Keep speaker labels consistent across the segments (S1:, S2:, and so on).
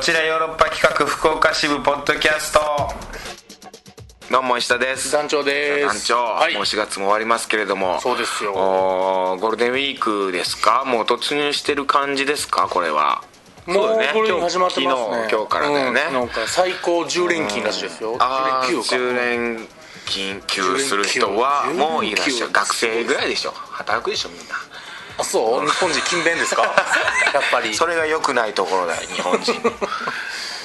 S1: ちらヨーロッパ企画福岡支部ポッドキャストどうも石田です
S2: 団長です
S1: 団長、
S2: はい
S1: もう4月も終わりますけれども
S2: そうですよ
S1: おーゴールデンウィークですかもう突入してる感じですかこれは
S2: もう
S1: そだね
S2: ゴールデンウィーク始まってますね
S1: 今日今日からだよね
S2: うんなんか最高10連勤らしいですよ
S1: ああ
S2: 10連
S1: 10
S2: 休
S1: 連勤休する人は
S2: 10連休
S1: もういらっしゃ
S2: 10連
S1: る
S2: 休
S1: 学生ぐらいでしょ働くでしょみんな
S2: かあそう日本人勤勉 ですかやっぱり
S1: それが良くないところだよ日本人 の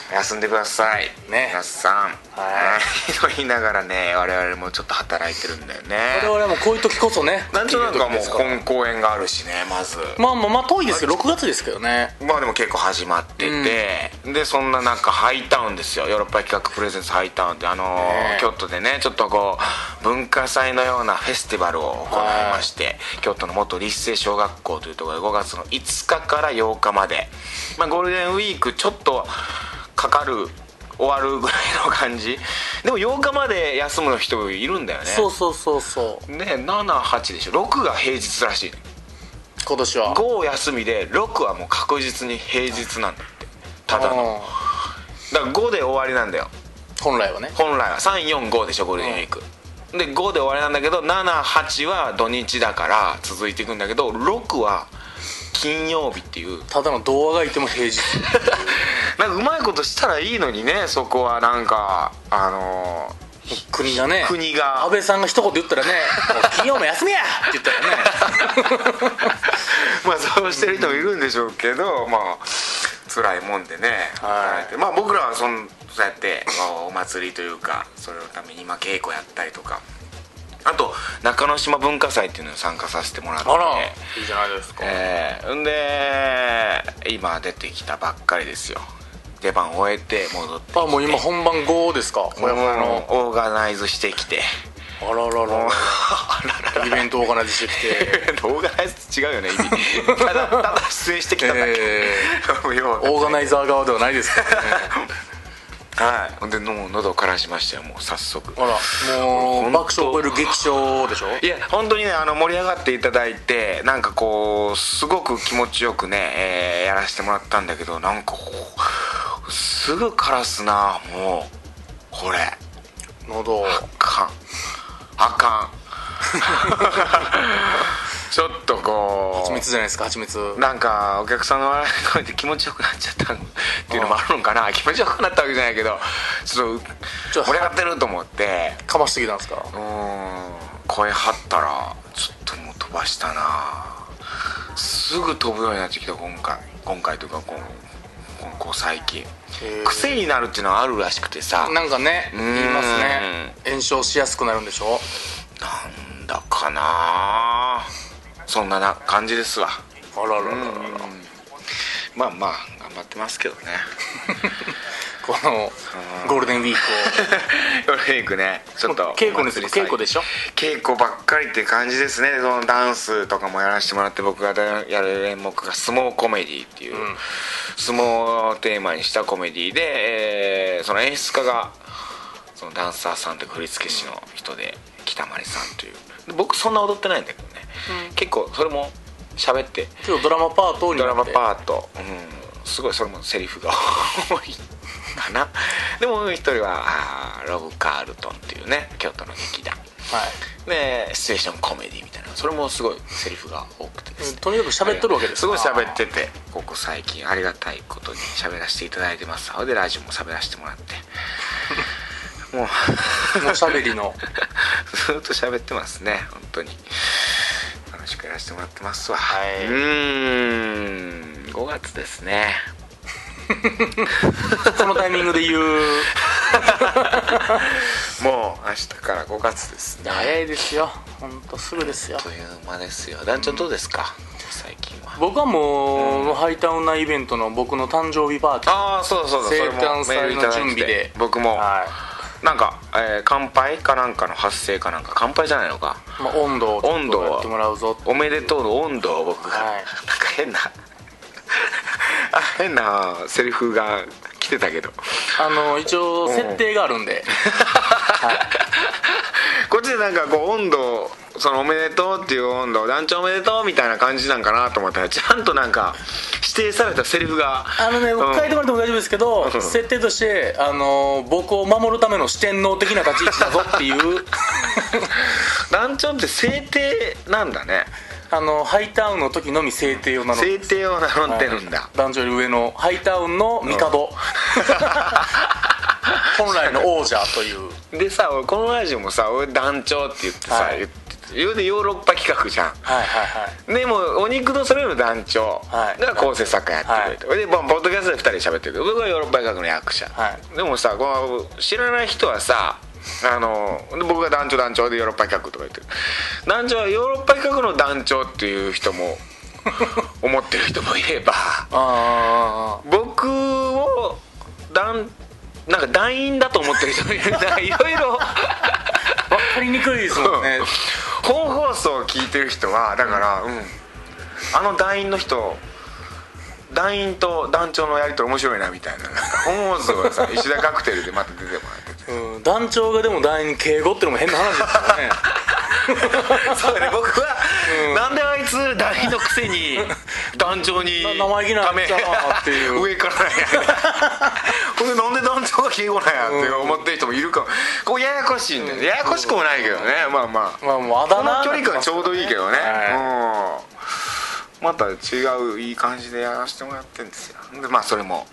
S1: 休んでください
S2: ね
S1: 皆さん
S2: はい
S1: と言いながらね我々もちょっと働いてるんだよね
S2: 我々もこういう時こそね
S1: 団長なんかはもう
S2: できる時です
S1: 本公演があるしねまず
S2: まあまあまあ遠いですけど6月ですけどね
S1: まあでも結構始まってて、でそんななんかハイタウンですよヨーロッパ企画プレゼンスハイタウンってあのー
S2: え
S1: 京都でねちょっとこう文化祭のようなフェスティバルを行いまして京都の元立成小学校というところで5月の5日から8日まで、まあ、ゴールデンウィークちょっとかかる終わるぐらいの感じでも8日まで休む人いるんだよね
S2: そうそうそうそう
S1: ね78でしょ6が平日らしい
S2: 今年は
S1: 5休みで6はもう確実に平日なんだってただの
S2: うん
S1: だから5で終わりなんだよ
S2: 本来はね
S1: 本来は345でしょゴールデンウィーク、で5で終わりなんだけど78は土日だから続いていくんだけど6は金曜日っていう
S2: ただの童話がいても平日
S1: なんかうまいことしたらいいのにねそこはなんかあの
S2: 国がね
S1: ー国が
S2: 安倍さんが一言言ったら ね「もう金曜も休みや!」って言ったらね
S1: まあそうしてる人もいるんでしょうけど、まあ辛いもんでね、
S2: はい
S1: まあ僕らはそんそうやって、まあお祭りというかそれのために今稽古やったりとかあと中之島文化祭っていうのに参加させてもらって
S2: あらいいじゃないですか
S1: えーんで今出てきたばっかりですよ出番終えて戻って
S2: あもう今本番5ですかほやほやの
S1: もうオーガナイズしてきて
S2: あららら
S1: あら らら
S2: イベントオーガナイズしてき て
S1: オーガナイズと違うよね意味ただただ出演してきただけ、
S2: え
S1: 要は
S2: ーオーガナイザー側ではないですからね
S1: はいほんでもう喉を枯らしましたよもう早速
S2: あらも
S1: 本当
S2: う爆笑を超える激笑でしょ
S1: いや本当にねあの盛り上がっていただいてなんかこうすごく気持ちよくね、えーやらせてもらったんだけどなんかこうすぐ枯らすなもうこれ
S2: 喉
S1: あかんあ かんちょっとこう
S2: 蜂蜜じゃないですか蜂蜜
S1: なんかお客さんの笑い声で気持ちよくなっちゃったっていうのもあるのかな気持ちよくなったわけじゃないけどちょっ
S2: ち
S1: と
S2: ょ
S1: 盛り上がってると思って
S2: かましてきたんですか
S1: うーん声張ったらちょっともう飛ばしたなすぐ飛ぶようになってきた今回今回というかこうこうこう最近
S2: へー
S1: 癖になるっていうのはあるらしくてさ
S2: なんかね
S1: ん
S2: 言いますね炎症しやすくなるんでしょ
S1: なんだかなそんなな感じですわ
S2: あらららら
S1: まあまあ頑張ってますけど ね
S2: このゴールデンウィー ク
S1: ヨーロイクねちょっと
S2: もう稽古ですよ
S1: お祭り最
S2: 稽古でしょ
S1: 稽古ばっかりって感じですねそのダンスとかもやらせてもらって僕がやる演目が相撲コメディっていう、相撲をテーマにしたコメディで、えーその演出家がそのダンサーさんというか振付師の人で北まりさんというで僕そんな踊ってないんだけどね、結構それも喋って
S2: をけどドラマパートに
S1: ド
S2: な
S1: ラマ
S2: って
S1: パート、うん、すごいそれもセリフが 多いかなでもう一人はあーロブ・カールトンっていうね京都の劇団
S2: はい
S1: でシチュエーションコメディみたいなそれもすごいセリフが多くてですね
S2: とにかく喋っとるわけです
S1: すごい喋ってててここ最近ありがたいことに喋らせていただいてますそれでラジオも喋らせてもら ってもう
S2: おしゃべ りの
S1: ずっと喋ってますね本当に楽しくやらせてもらってますわ
S2: はいう
S1: ーん5月ですね
S2: そのタイミングで言う
S1: もう明日から5月ですね
S2: 早いですよほんとすぐですよ
S1: あっという間ですよ団長どうですか、最近は
S2: 僕はもう、ハイタウンなイベントの僕の誕生日パーティー
S1: ああそうそうそう
S2: 生誕
S1: それもメール
S2: 祭
S1: いた
S2: の
S1: だい
S2: 準
S1: て
S2: 備で
S1: 僕も
S2: は
S1: なんか、えー乾杯かなんかの発生かなんか乾杯じゃないのか
S2: い、まあ、温度をちょっと
S1: 温度は
S2: やってもらうぞ
S1: おめでとうの温度を僕が、
S2: は
S1: な
S2: い
S1: んか変な あ変なセリフが来てたけど
S2: あの一応設定があるんで、
S1: こっちでなんかこう温度そのおめでとうっていう温度団長おめでとうみたいな感じなんかなと思ったらちゃんとなんか指定されたセリフが
S2: あのね
S1: うん
S2: 書いてもらっても大丈夫ですけど、
S1: うん
S2: 設定としてあの僕を守るための四天王的な立ち位置だぞっていう
S1: 団長って制定なんだね
S2: あのハイタウンの時のみ制定を名乗る
S1: 制定を名乗ってるんだ、
S2: 男女より上のハイタウンの帝、本来の王者という
S1: でさ俺このラジオもさ俺団長って言ってさ、
S2: はい
S1: 言って言うでヨーロッパ企画じゃん
S2: はいはいはい
S1: でもお肉とそれの団長
S2: はい
S1: が構成作家やってくれて、でまあポッドキャストで2人喋ってるけど僕はヨーロッパ企画の役者、
S2: は
S1: でもさこの知らない人はさあので僕が団長団長でヨーロッパ企画とか言ってる団長はヨーロッパ企画の団長っていう人 も思ってる人もいれば
S2: あ
S1: 僕を団なんか団員だと思ってる人もいるなんかいろいろ
S2: あ分かりにくいですもんね
S1: 本放送を聞いてる人はだから、うんあの団員の人団員と団長のやり取り面白いなみたいななんか本放送がさ石田カクテルでまた出てもらってて
S2: うん団長がでも団員に敬語ってのも変な話ですよね
S1: そうね僕は、なんであいつ団員のくせに団長 に
S2: な生意気な
S1: た
S2: ん
S1: め
S2: ちゃうなっていう
S1: 上からなんやほんでなんで団長が敬語なんやって思ってる人もいるかもこうややこしいんだよ、ややこしくもないけどねまあまあ
S2: まあもうあ
S1: こ
S2: だ
S1: の
S2: 名
S1: 距離感ちょうどいいけどね、
S2: は
S1: うんまた違ういい感じでやらせてもらってんですよでまあそれも、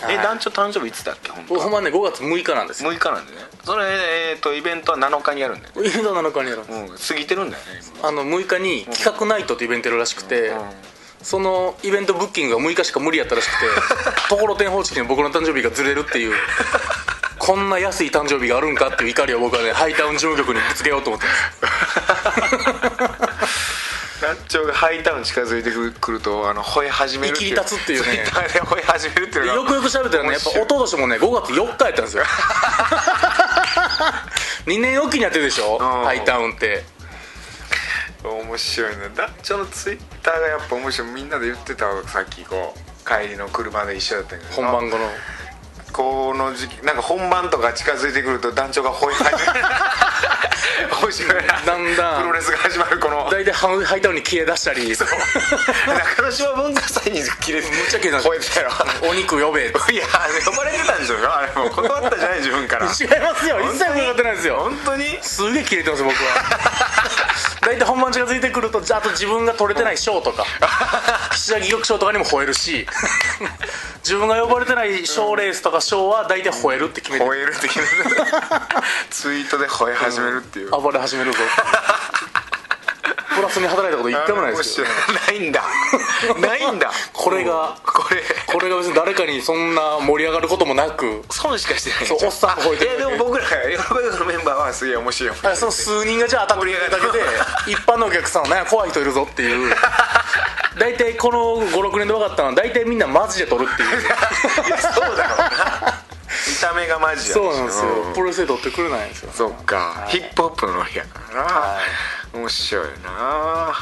S2: はい
S1: え団長誕生日いつだっけ本当
S2: ほんまね5月6日なんですよ
S1: 6日なんでねそれえっ、とイベントは7日にやるんだよね
S2: イベント7日にやるんです
S1: うん過ぎてるんだよね
S2: あの6日に企画ナイトってイベントやるらしくて、
S1: 今うん
S2: そのイベントブッキングが6日しか無理やったらしくてところてん方式に僕の誕生日がずれるって いうこんな安い誕生日があるんかっていう怒りを僕はねハイタウン事務局にぶつけようと思ってます
S1: 団長がハイタウン近づいてくるくるとあの吠え始める
S2: 生き立つっていうね
S1: Twitter で吠え始めるっていうのが
S2: よくよく調べたらねやっぱ一昨年もね5月4日やったんですよ2年おきにやってるでしょ
S1: ん
S2: ハイタウンって
S1: 面白いね団長のツイッターがやっぱ面白いみんなで言ってたわさっきこう帰りの車で一緒だったけど
S2: 本番後の
S1: この時期なんか本番とか近づいてくると団長が吠え始 める面白いな
S2: だんだん
S1: プロレスが始まるこの
S2: 大体ハイタウンに消え出したり
S1: 中之島文化祭に切れて
S2: むっちゃ消えたん
S1: 吠えてたや
S2: お肉呼べ違い
S1: ろ いやあれ呼ばれてたんでしょうよあれもう断ったじゃない自分 から
S2: ますよ一切疑ってないですよ
S1: 本当に
S2: すげえ切れてます僕 は大体本番近づいてくるとじゃああと自分が取れてない賞とか岸田議局賞とかにも吠えるし自分が呼ばれてない賞レースとか賞は大体吠えるって決めて
S1: 吠える って決めてツイートで吠え始めるっていう、
S2: 暴れ始めるぞっていうプラスに働いたこと一回もないですよ
S1: 面白い ないんだないんだ
S2: これが
S1: これ
S2: これが別に誰かにそんな盛り上がることもなく
S1: 損しかしてない
S2: そうおっさん吠えてる
S1: いやでも僕らが喜びのメンバーはすげえ面白い面白い
S2: あその数人がじゃあアタックしてるだけで 一般のお客さんはね怖い人いるぞっていう大体この56年で分かったのは大体みんなマジで取るっ ていう
S1: いやそうだろうな見た目がマジやし
S2: そうなんですよ
S1: ん
S2: プロレスで取ってくれないんですよ
S1: そっかヒップホップのノリやからな、面白いな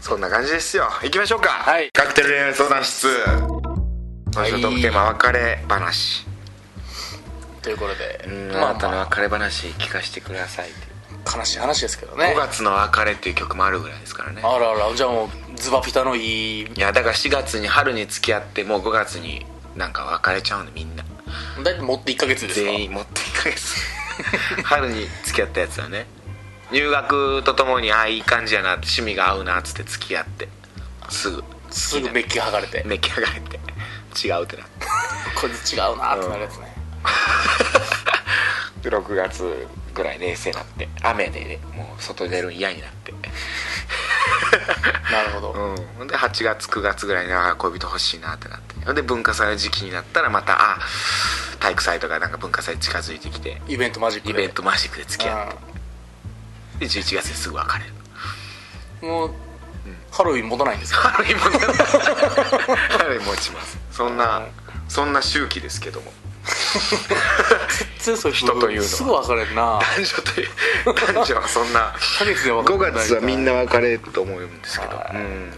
S1: そんな感じですよ行きましょうか
S2: はい
S1: カクテル恋愛相談室今週のトークテーマ別れ話
S2: ということで
S1: うん
S2: ま
S1: あ
S2: あ
S1: なたの
S2: ま
S1: 別れ話聞かせてくださいって
S2: あ悲しい話ですけどね
S1: 5月の別れっていう曲もあるぐらいですからね
S2: あらあらじゃあもうズバピタのいい
S1: いやだから4月に春に付き合ってもう5月になんか別れちゃうのみんな
S2: 大体持って1ヶ月ですか
S1: 全員持って1ヶ月 春に付き合ったやつはね入学とともにああいい感じやなって趣味が合うなっつって付き合ってすぐ
S2: すぐメッキ剥がれて
S1: 出来上がって違うってなっ
S2: これ違うなってなるやつね
S1: て6月ぐらい冷静になって雨で、ね、もう外出るん嫌になって
S2: なるほど
S1: うんほんで8月9月ぐらいにああ恋人欲しいなってなってほんで文化祭の時期になったらまたああ体育祭とかなんか文化祭近づいてきて
S2: イベントマジック
S1: イ
S2: で
S1: ベントマジックで付き合ってで11月ですぐ別れる
S2: うんもうハロウィン持たないんですか
S1: ハロウィン持ちますハロウィン持ちますそんなそんな周期ですけども
S2: 全然そういう
S1: 人というのは
S2: すぐ分かれん な
S1: 男女という男女はそんな
S2: ヶ月で分か
S1: 5
S2: れる
S1: 月はみんな別れると思うんですけど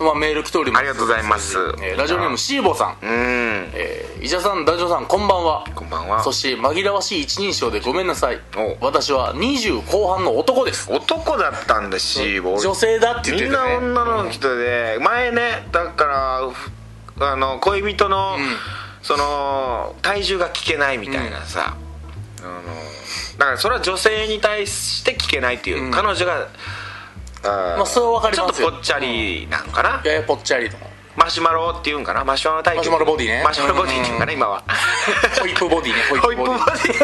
S2: まあ、メール来ております
S1: ありがとうございます
S2: えーラジオネームシーボさん、
S1: うん
S2: えー、伊者さん男女さんこんばんは
S1: こんばんは
S2: そして紛らわしい一人称でごめんなさい
S1: お
S2: 私は20後半の男です
S1: 男だったんだし俺
S2: 女性だって
S1: み
S2: 言って
S1: ん
S2: た
S1: な
S2: ね
S1: 女の人で前ねだからふあの恋人の、その体重が聞けないみたいなさ、あのだからそれは女性に対して聞けないっていう、
S2: うん
S1: 彼女があー
S2: まあそれはわかります
S1: ちょ
S2: よ
S1: っとぽっちゃりなんかな、
S2: ややぽっちゃりとか
S1: マシュマロっていうんかなマシュマロタイプ
S2: マシュマロボディね
S1: マシュマロボディっていうかな、今は
S2: ホイップボディねホイッ
S1: ホイ
S2: プ
S1: ップボ
S2: ボ
S1: ディ
S2: ディ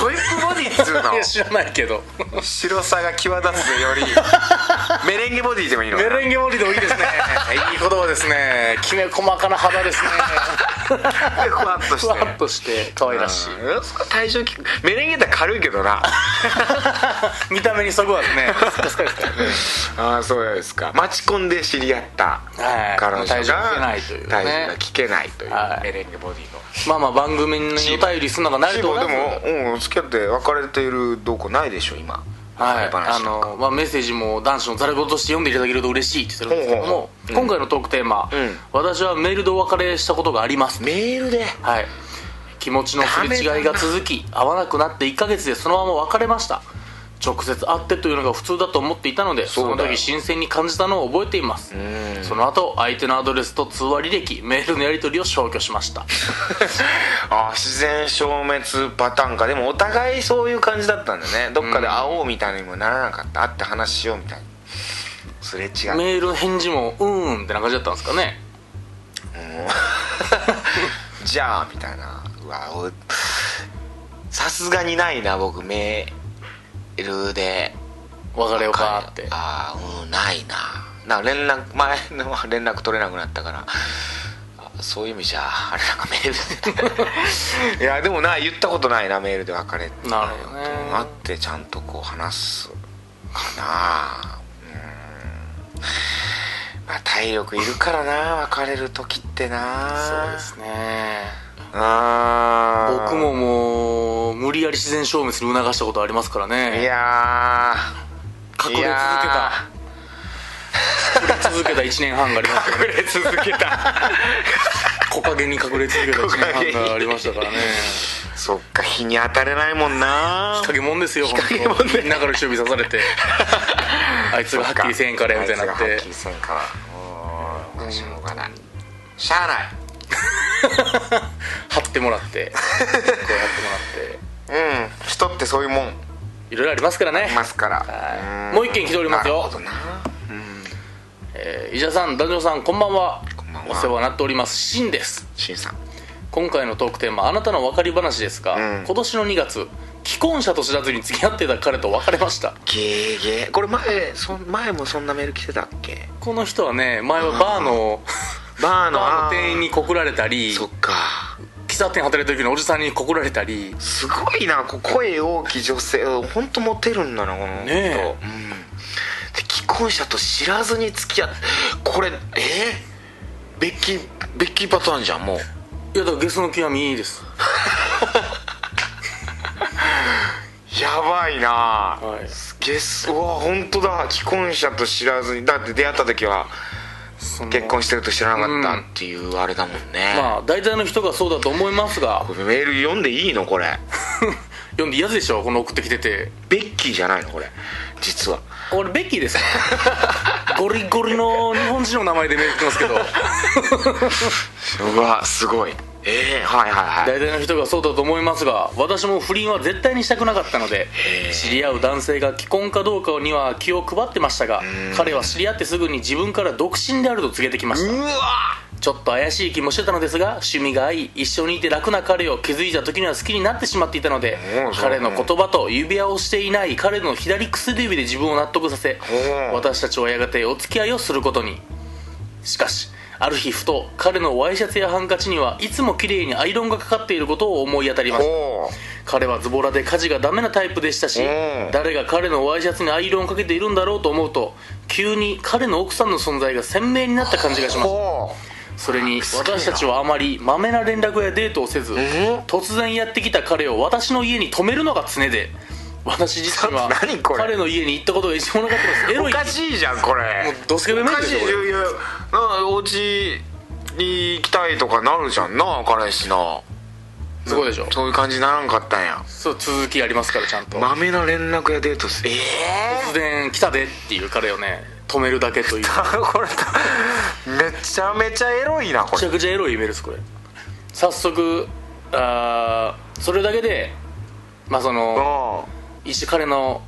S1: ホイップボディっつうの
S2: いや知らないけど
S1: 白さが際立つよ り メレンゲボディでもいいのか
S2: メ
S1: な
S2: レンゲボディでもいいですね いい言葉ですねきめ細かな肌ですね
S1: ふわっとし
S2: ふ
S1: て
S2: わっとして可愛らしい
S1: うんそこ体重きメレンゲって軽いけど な
S2: 見た目にそぐわず ねスカスカですからね
S1: ああそうですか待ち込んで知り合った
S2: はい
S1: 彼女が
S2: 体重が聞けないというね
S1: 体重が聞けないという
S2: はい
S1: メレンゲボディの
S2: まあまあ番組にお便りするのが慣れ
S1: で
S2: てお
S1: も
S2: ら
S1: で
S2: ず
S1: も、うん、付き合って別れているどこないでしょ今
S2: はい、
S1: 別れ話
S2: あ
S1: なんか
S2: の、まあ、メッセージも男子のざれ言として読んでいただけると嬉しいって言ってるんですけど
S1: ほうほ
S2: も、今回のトークテーマ、
S1: ん
S2: 私はメールでお別れしたことがあります、
S1: メールで
S2: はい気持ちのすれ違いが続き会わなくなって1ヶ月でそのまま別れました直接会ってというのが普通だと思っていたのでそ
S1: そうだよ
S2: の時新鮮に感じたのを覚えていますその後相手のアドレスと通話履歴メールのやり取りを消去しました
S1: あー自然消滅パターンかでもお互いそういう感じだったんだねどっかで会おうみたいにもならなかった会って話しようみたいにすれ違う
S2: メールの返事もうーんってな感じだったんですかね
S1: じゃあみたいなうわおさすがにないな僕メールで
S2: 別れようかって
S1: ああうんないななんか連絡前のは連絡取れなくなったからあそういう意味じゃあれなんかメール でいやでもな言ったことないなメールで別れって
S2: なるほどね
S1: 待ってちゃんとこう話すかなうんまあ体力いるからな別れる時ってな
S2: そうですね
S1: あー
S2: 僕ももう無理やり自然消滅に促したことありますからね
S1: いや
S2: 隠れ続けた隠れ続けた1年半がありま した
S1: ー隠れ続けた
S2: 木陰に隠れ続けた1年半がありましたからね
S1: そっか日に当たれないもんな
S2: 日陰もんですよ本
S1: 陰もんね
S2: 当みんなから指刺され てあいつがはっきりせえんからやみたいになっ
S1: あいつがは
S2: て
S1: っきりせんからうーんまあしょうがないしゃあな
S2: 貼ってもらってこうやってもらって
S1: いうん人ってそういうもんい
S2: いろいろありますからね
S1: ますから
S2: はい
S1: ん
S2: もう一件来ておりますよ
S1: なるほどな
S2: えー伊者さん男女さんこんばんは
S1: こんばんは
S2: お世話になっておりますシンです
S1: しんさん
S2: 今回のトークテーマ「あなたの別れ話」ですが、
S1: うん
S2: 今年の2月既婚者と知らずに付き合ってた彼と別れました
S1: ゲーゲーこれ前そ前もそんなメール来てたっけ
S2: この人はね前はバーの
S1: バーの
S2: バーの店員に告られたり
S1: そっか
S2: 喫茶店働いてる時のおじさんに告られたり
S1: すごいなこう声大きい女性本当モテるんだなこの人
S2: ねえ
S1: うん、で既婚者と知らずに付き合ってこれえー、ベッキーベッキーパターンじゃんもう
S2: いやだからゲスの極みいいです
S1: やばいな、
S2: はい
S1: ゲスうわ本当だ既婚者と知らずにだって出会った時は
S2: その
S1: 結婚してると知らなかったっていうあれだもんね、
S2: まあ大体の人がそうだと思いますが
S1: これメール読んでいいのこれ
S2: 読んで嫌でしょこの送ってきてて
S1: ベッキーじゃないのこれ実は
S2: 俺ベッキーです ゴリゴリの日本人の名前でメール来てますけど
S1: うわすごいええはいはいはい
S2: 大体の人がそうだと思いますが私も不倫は絶対にしたくなかったので
S1: ー
S2: 知り合う男性が既婚かどうかには気を配ってましたが彼は知り合ってすぐに自分から独身であると告げてきました
S1: うわ
S2: ちょっと怪しい気もしてたのですが趣味が合い一緒にいて楽な彼を気づいた時には好きになってしまっていたので
S1: うんそう
S2: 彼の言葉と指輪をしていない彼の左薬指で自分を納得させ
S1: うん
S2: 私たちはやがてお付き合いをすることにしかしある日ふと彼のワイシャツやハンカチにはいつも綺麗にアイロンがかかっていることを思い当たりました
S1: おお
S2: 彼はズボラで家事がダメなタイプでしたし
S1: うん
S2: 誰が彼のワイシャツにアイロンをかけているんだろうと思うと急に彼の奥さんの存在が鮮明になった感じがします
S1: ほう
S2: それに私たちはあまりまめな連絡やデートをせず
S1: え
S2: 突然やってきた彼を私の家に泊めるのが常で私自身は
S1: ちょっと 何これ
S2: 彼の家に行ったことが一度もなかったですエ
S1: お
S2: ロい
S1: かしいじゃんこれ
S2: もうドスケベ
S1: お
S2: メー
S1: か
S2: ルで
S1: し
S2: す
S1: い
S2: よ
S1: いやいやなお家に行きたいとかなるじゃんな彼氏の
S2: すごいでしょ
S1: そういう感じにならんかったんや
S2: そう続きありますからちゃんと
S1: まめな連絡やデートすええ
S2: 突然来たでっていう彼をね止めるだけというめ
S1: これめちゃめちゃエロいなこ
S2: ち
S1: れ
S2: ゃくちゃエロい夢ですこれ早速あーそれだけでまあその
S1: あ
S2: 一彼の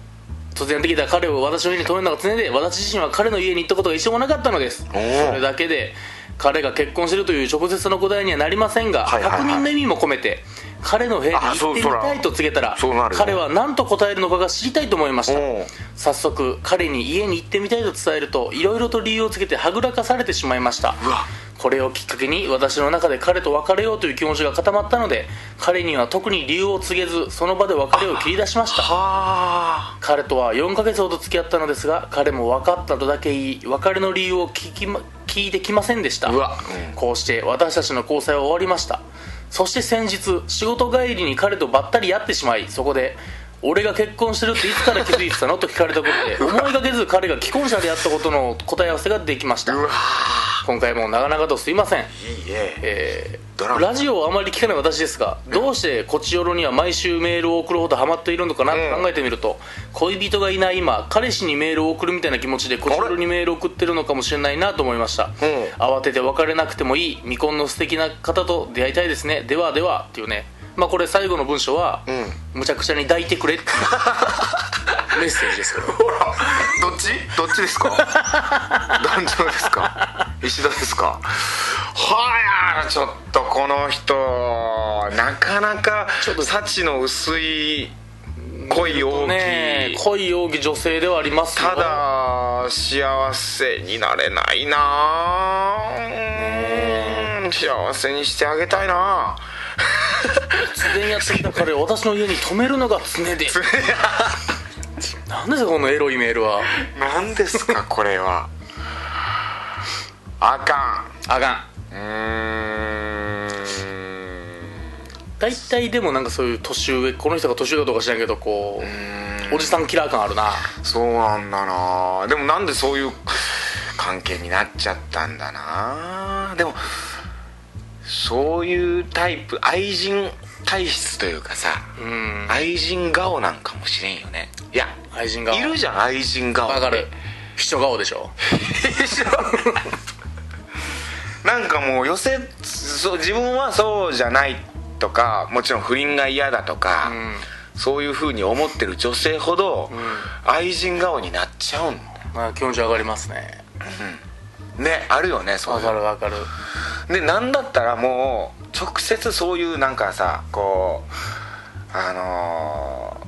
S2: 突然やってきた彼を私の家に止めるのが常で私自身は彼の家に行ったことが一度もなかったのですそ
S1: おー
S2: れだけで彼が結婚してるという直接の答えにはなりませんが、
S1: はいはいはい
S2: 確認の意味も込めて彼の部屋に
S1: あそう
S2: 行ってみ
S1: そら
S2: たいと告げたら
S1: そうなるよ
S2: 彼は何と答えるのかが知りたいと思いました
S1: おう
S2: 早速彼に家に行ってみたいと伝えるといろいろと理由をつけてはぐらかされてしまいました
S1: うわ
S2: これをきっかけに私の中で彼と別れようという気持ちが固まったので彼には特に理由を告げずその場で別れを切り出しました
S1: はあ
S2: 彼とは4ヶ月ほど付き合ったのですが彼も分かったとだけ言い別れの理由を聞き、ま、聞いてきませんでした
S1: うわ
S2: こうして私たちの交際は終わりましたそして先日仕事帰りに彼とばったり会ってしまいそこで「俺が結婚してるっていつから気づいてたの?」と聞かれ たことで思いがけず彼が既婚者であったことの答え合わせができました
S1: うわ
S2: 今回も長々とすいません
S1: いいね
S2: えー
S1: ドラマ
S2: ラジオをあまり聞かない私ですがどうしてこちよろには毎週メールを送るほどハマっているのかな
S1: う
S2: と
S1: ん
S2: 考えてみると、恋人がいない今彼氏にメールを送るみたいな気持ちでこちよろにメールを送ってるのかもしれないなと思いました、慌てて別れなくてもいい未婚の素敵な方と出会いたいですねではではっていうねまあこれ最後の文章は、むちゃくちゃに抱いてくれっていう メッセージですけど
S1: ほらどっちどっち ですか団長ですか石田ですかはやちょっとこの人なかなか
S2: ちょっと
S1: 幸の薄い恋大きい、
S2: ね恋多き女性ではありますよ
S1: ただ幸せになれないな、ぁ幸せにしてあげたいな
S2: 突然やってきた彼を私の家に泊めるのが常でなんですかこのエロいメールは
S1: 何ですかこれはあか
S2: あかん
S1: んうーん
S2: 大体でもなんかそういう年上この人が年上だとか知らんけどこうおじさんキラー感あるな
S1: そうなんだなでもなんでそういう関係になっちゃったんだなでもそういうタイプ愛人体質というかさ、
S2: うん
S1: 愛人顔なんかもしれんよねいや
S2: 愛人が
S1: いるじゃん愛人顔
S2: わかる秘書顔でしょ
S1: なんかもう寄せそう自分はそうじゃないとかもちろん不倫が嫌だとか、
S2: ん
S1: そういうふうに思ってる女性ほど、愛人顔になっちゃうんだ
S2: まあ気持ち上がりますね
S1: ねあるよねそう
S2: わ
S1: いうの
S2: かるわかる
S1: でなんだったらもう直接そういうなんかさこうあのー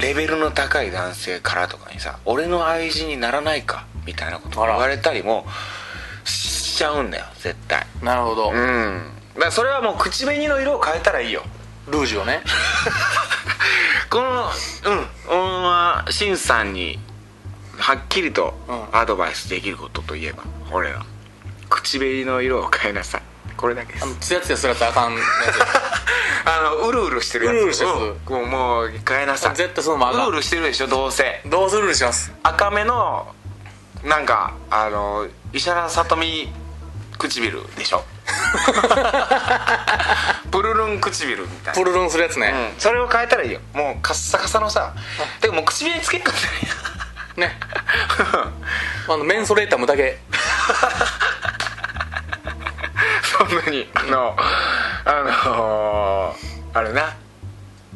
S1: レベルの高い男性からとかにさ「俺の愛人にならないか」みたいなこと
S2: あら
S1: 言われたりもしちゃうんだよ絶対
S2: なるほど
S1: うんだからそれはもう口紅の色を変えたらいいよ
S2: ルージュをね
S1: このうん俺はしんさんにはっきりと
S2: うん
S1: アドバイスできることといえば俺は口紅の色を変えなさいこれだけです
S2: あのツヤツヤすらってあかんや
S1: あのうるうるしてるやつ
S2: うるうるしてるや
S1: う
S2: つ
S1: んもうもう変え なさい
S2: つ絶対そのまま
S1: う
S2: あ
S1: る
S2: か
S1: うるしてるでしょどうせ
S2: んどうするルールします
S1: 赤めのなんかあの石原さとみ唇でしょプルルン唇みたいな
S2: プルルンするやつ
S1: う
S2: ね
S1: ん、それを変えたらいいよもうカッサカサのさでももう口紅つけんかったらいいな
S2: ねあのメンソレータムだけ
S1: そんなにあのあのー、あれな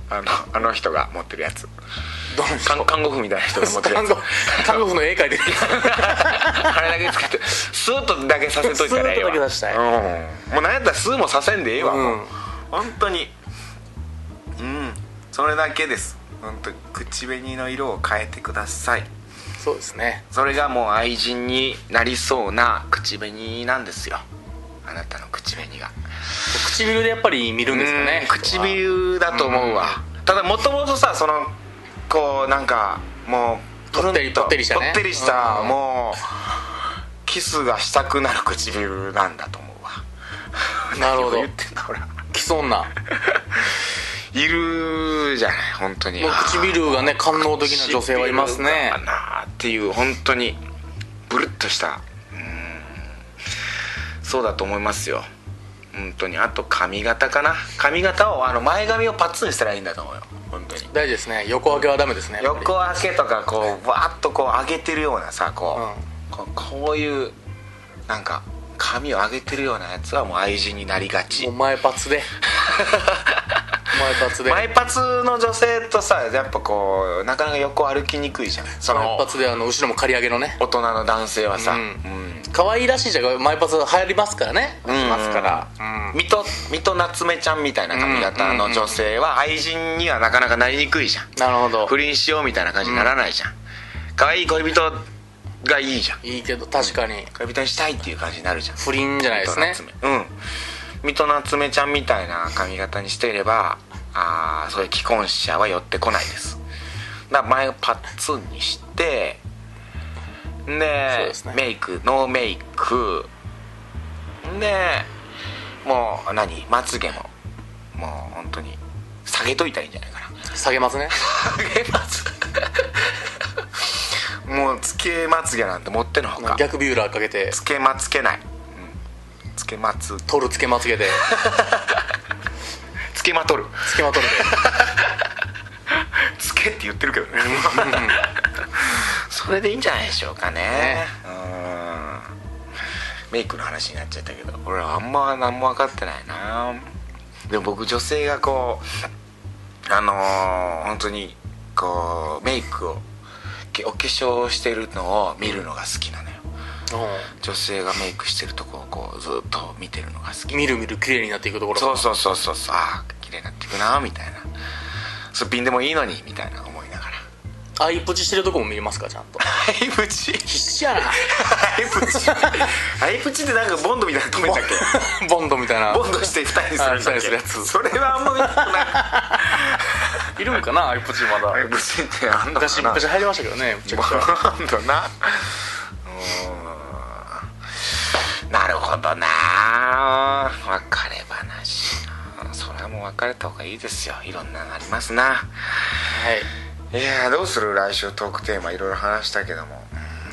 S1: あのあの人が持ってるやつ
S2: どうです
S1: 看看護婦みたいな人が持ってるや
S2: 看
S1: つ
S2: 護看護婦の絵描いてる
S1: あれだけ使ってスーッとだけさせといたらええわ
S2: スーッとだけ出したい
S1: うん、もうなんやったらスーもさせんでええわ、
S2: うん
S1: もう本当にうんそれだけです本当に口紅の色を変えてください
S2: そうですね
S1: それがもう愛人になりそうな口紅なんですよあなたの口紅が
S2: 唇でやっぱり見るんですかね
S1: うん唇だと思うわ、ただもともとさそのこうなんかもう
S2: ぽってりぽってりしたね
S1: ぽってりした
S2: うん
S1: もうキスがしたくなる唇なんだと思うわ
S2: なるほど
S1: 何を言ってんだ俺は
S2: 来そうなも
S1: いるじゃない本当に
S2: う唇がね官能的な女性はいますね
S1: 唇だなっていう本当にブルッとしたうんそうだと思いますよ本当にあと髪型かな髪型をあの前髪をパッツンしたらいいんだと思うよ本当に
S2: 大事ですね横分けはダメですねやっぱり
S1: 横分けとかこうわーっとこう上げてるようなさこう,こう、こういうなんか髪を上げてるようなやつはもう愛人になりがち
S2: もう前 パツで前パツで
S1: 前髪の女性とさやっぱこうなかなか横歩きにくいじゃないそ
S2: 前
S1: の
S2: パツであの後ろも刈り上げのね
S1: 大人の男性はさ、
S2: うん
S1: うん
S2: 可愛らしいじゃん前パツ流行りますからね
S1: うん
S2: ますから
S1: 水戸水戸夏目ちゃんみたいな髪型の女性は愛人にはなかなかなりにくいじゃん
S2: なるほど
S1: 不倫しようみたいな感じにならないじゃん可愛い恋人がいいじゃん
S2: いいけど確かに
S1: 恋人にしたいっていう感じになるじゃん
S2: 不倫じゃないですね
S1: 水戸夏目うん水戸夏目ちゃんみたいな髪型にしていればああそういう既婚者は寄ってこないですだから前をパッツンにしてで
S2: そうですね
S1: メイクノーメイクでもう何まつげももう本当に下げといたらいいんじゃないかな
S2: 下げますね
S1: 下げまつ もうつけまつげなんて持ってのほか
S2: 逆ビューラーかけて
S1: つけまつけない、うん、つけまつ
S2: 取るつけまつげで
S1: つけまとる
S2: つけま取る
S1: つけって言ってるけどね それでいいんじゃないでしょうかねうんメイクの話になっちゃったけど俺はあんま何も分かってないなでも僕女性がこうあのー、本当にこうメイクをけお化粧してるのを見るのが好きなのよ
S2: で
S1: 女性がメイクしてるとこをこうずっと見てるのが好き
S2: うんみるみる綺麗になっていくところ
S1: そうそうそうそうそうああ綺麗になっていくなみたいなすっぴんでもいいのにみたいな思いながら
S2: アイプチしてるとこも見えますかちゃんと
S1: ハイプチ
S2: 必死やな
S1: ハイプチハイプチってなんかボンドみたいなの止めたっけ
S2: ボンドみたいな
S1: ボンドして二人にするんだ
S2: あ二人
S1: っ
S2: にするや
S1: け
S2: つ
S1: それはあんま見たくない
S2: いるんかなアイプチまだ
S1: ハイプチってあんのか
S2: 昔
S1: な
S2: 昔入りましたけどねめちゃくちゃ
S1: ボンドなうーんなるほどな別れ話なそれはもう別れた方がいいですよいろんなのありますな
S2: はい
S1: いやーどうする来週トークテーマいろいろ話したけども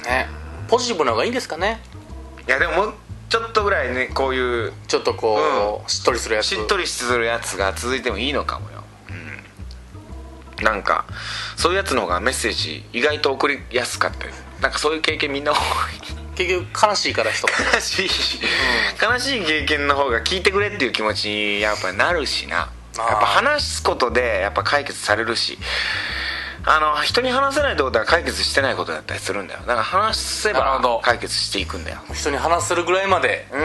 S2: ねポジティブな方がいいんですかね
S1: いやでももうちょっとぐらいねこういう
S2: ちょっとこうしっとりするやつ
S1: しっとりするやつが続いてもいいのかもよ、うん、なんかそういうやつの方がメッセージ意外と送りやすかったよなんかそういう経験みんな多い
S2: 結局悲しいから人
S1: 悲しい、悲しい経験の方が聞いてくれっていう気持ちにやっぱなるしなやっぱ
S2: あー
S1: 話すことでやっぱ解決されるしあの人に話せないってことは解決してないことだったりするんだよだから話せ
S2: なる
S1: ば
S2: ほど
S1: 解決していくんだよ
S2: 人に話せるぐらいまで
S1: うん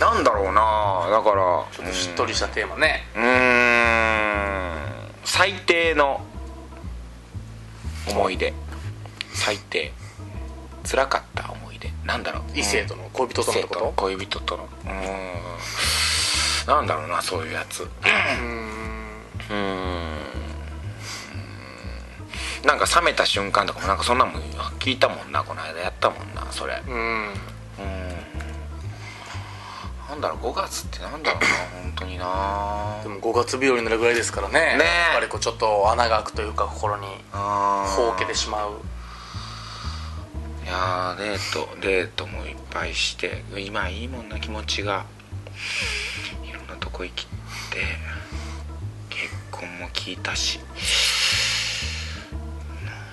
S1: なんだろうなだから
S2: ちょっとしっとりしたテーマね
S1: うーん最低の思い出最低辛かった思い出なんだろう
S2: 異性との恋人との
S1: 生
S2: こ
S1: 徒の
S2: と
S1: 恋人とのうーんなんだろうなそういうやつうーんなんか冷めた瞬間とかもなんかそんなもん聞いたもんなこの間やったもんなそれ
S2: うん
S1: なんだろう5月ってなんだろうな本当にな
S2: でも5月日和になるぐらいですからね
S1: ねえ
S2: やっぱりこうちょっと穴が開くというか心にほ
S1: ほ
S2: うけてしまう
S1: いやーデートデートもいっぱいして今いいもんな気持ちがいろんなとこ行きって結婚も聞いたし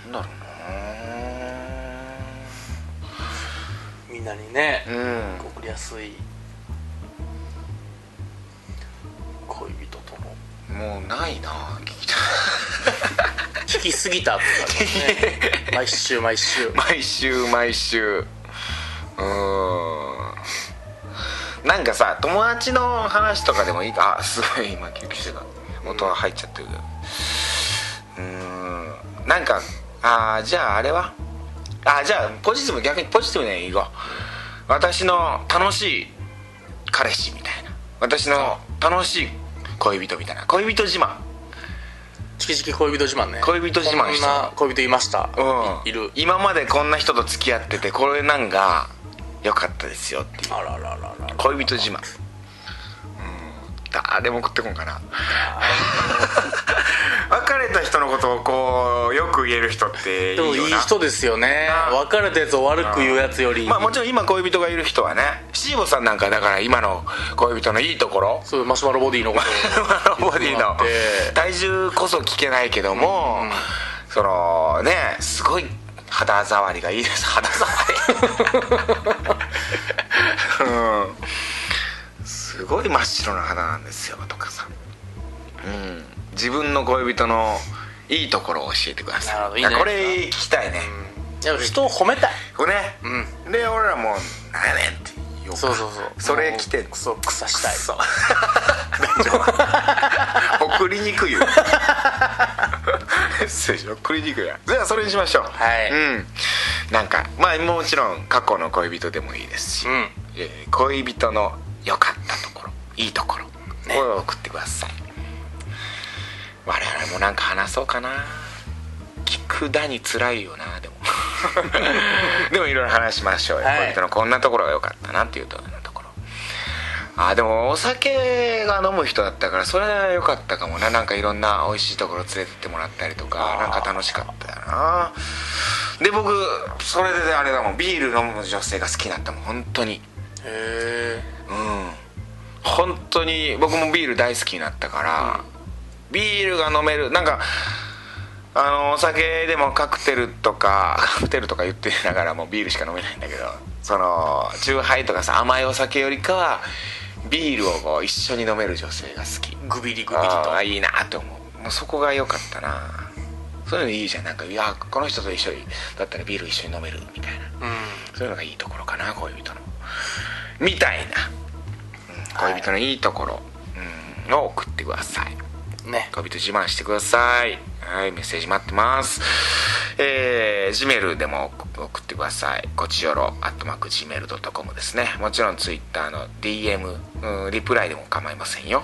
S1: なんだろ
S2: みんなにね
S1: うなうん
S2: 送りやすい恋人との
S1: もうないな聞きた
S2: 聞きすぎたとか ね毎週毎週
S1: 毎週毎週うーんなんかさ友達の話とかでもいいかあすごい今救急車が音が入っちゃってるけどうーんなんかあーじゃああれはあじゃあポジティブ逆にポジティブねいこう私の楽しい彼氏みたいな私の楽しい恋人みたいな恋人自慢
S2: チキチキ恋人自慢ね
S1: 恋人自慢した
S2: こんな恋人いました、
S1: うん
S2: いいる
S1: 今までこんな人と付き合っててこれなんか良かったですよっていう
S2: あららららら
S1: 恋人自慢うん誰も食ってこんかな 別れた人のことをこうよく言える人っていい
S2: で
S1: よ
S2: も
S1: ない
S2: い人ですよね
S1: な
S2: 別れたやつを悪く言うやつより、
S1: まあもちろん今恋人がいる人はねシーボさんなんかだから今の恋人のいいところ
S2: そういうマシュマロボディのことを
S1: マロボディの
S2: ええ
S1: 体重こそ聞けないけども、そのねすごい肌触りがいいです 肌触りうんすごい真っ白な肌なんですよとかさ、うん、自分の恋人のいいところを教えてくだ
S2: なる
S1: さ
S2: ほど
S1: い
S2: いいね
S1: これ聞きたいね、
S2: やっぱ人を褒めたい
S1: これね、で俺らもう「なんやねん」って言おうか
S2: そうそうそう
S1: それ来て
S2: クソ草したい
S1: くそ大丈夫 送りにくいよメッセージ送りにくいやじゃあそれにしましょう
S2: はい
S1: うんなんかまあもちろん過去の恋人でもいいですし、
S2: うん
S1: えー恋人の良かったところいいところ、これを送ってください我々もなんか話そうかな聞くだに辛いよなで もでもいろいろ話しましょうよ、
S2: はい
S1: 恋人のこんなところが良かったなっていうところのところあでもお酒が飲む人だったからそれは良かったかもななんかいろんな美味しいところ連れてってもらったりとかなんか楽しかったよなで僕それであれだもんビール飲む女性が好きになったもん本当に
S2: へ
S1: うん本当に僕もビール大好きになったから、ビールが飲めるなんかあのお酒でもカクテルとかカクテルとか言ってながらもうビールしか飲めないんだけどそのチューハイとかさ甘いお酒よりかはビールをこう一緒に飲める女性が好き
S2: えグビリグビリと
S1: ああいいなと思うもうそこが良かったなそういうのいいじゃんなんかいやこの人と一緒にだったらビール一緒に飲めるみたいな
S2: うん
S1: そういうのがいいところかな恋人のみたいな、うん恋人のいいところ、うん、を送ってください
S2: ね
S1: 恋人自慢してくださいはいメッセージ待ってますえー、ジメルでも送ってくださいこちよろアットマーク Gmail.com ですねもちろんツイッターの DM、うん、リプライでも構いませんよ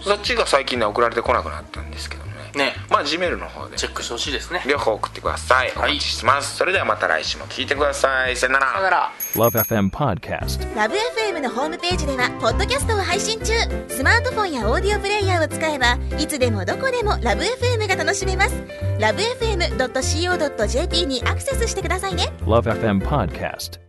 S1: そっちが最近ね送られてこなくなったんですけどね
S2: ね
S1: まあ Gmail の方で
S2: チェックしてほしいですね
S1: 両方送ってくださいお
S2: い
S1: 待ちしてます、それではまた来週も聞いてくださいさよなら
S2: だから
S3: Love FM Podcast.
S4: ラブ f m のホームページではポッドキャストを配信中スマートフォンやオーディオプレイヤーを使えばいつでもどこでもラブ f m が楽しめますラブ FM.co.jp にアクセスしてくださいね
S3: Love FM Podcast.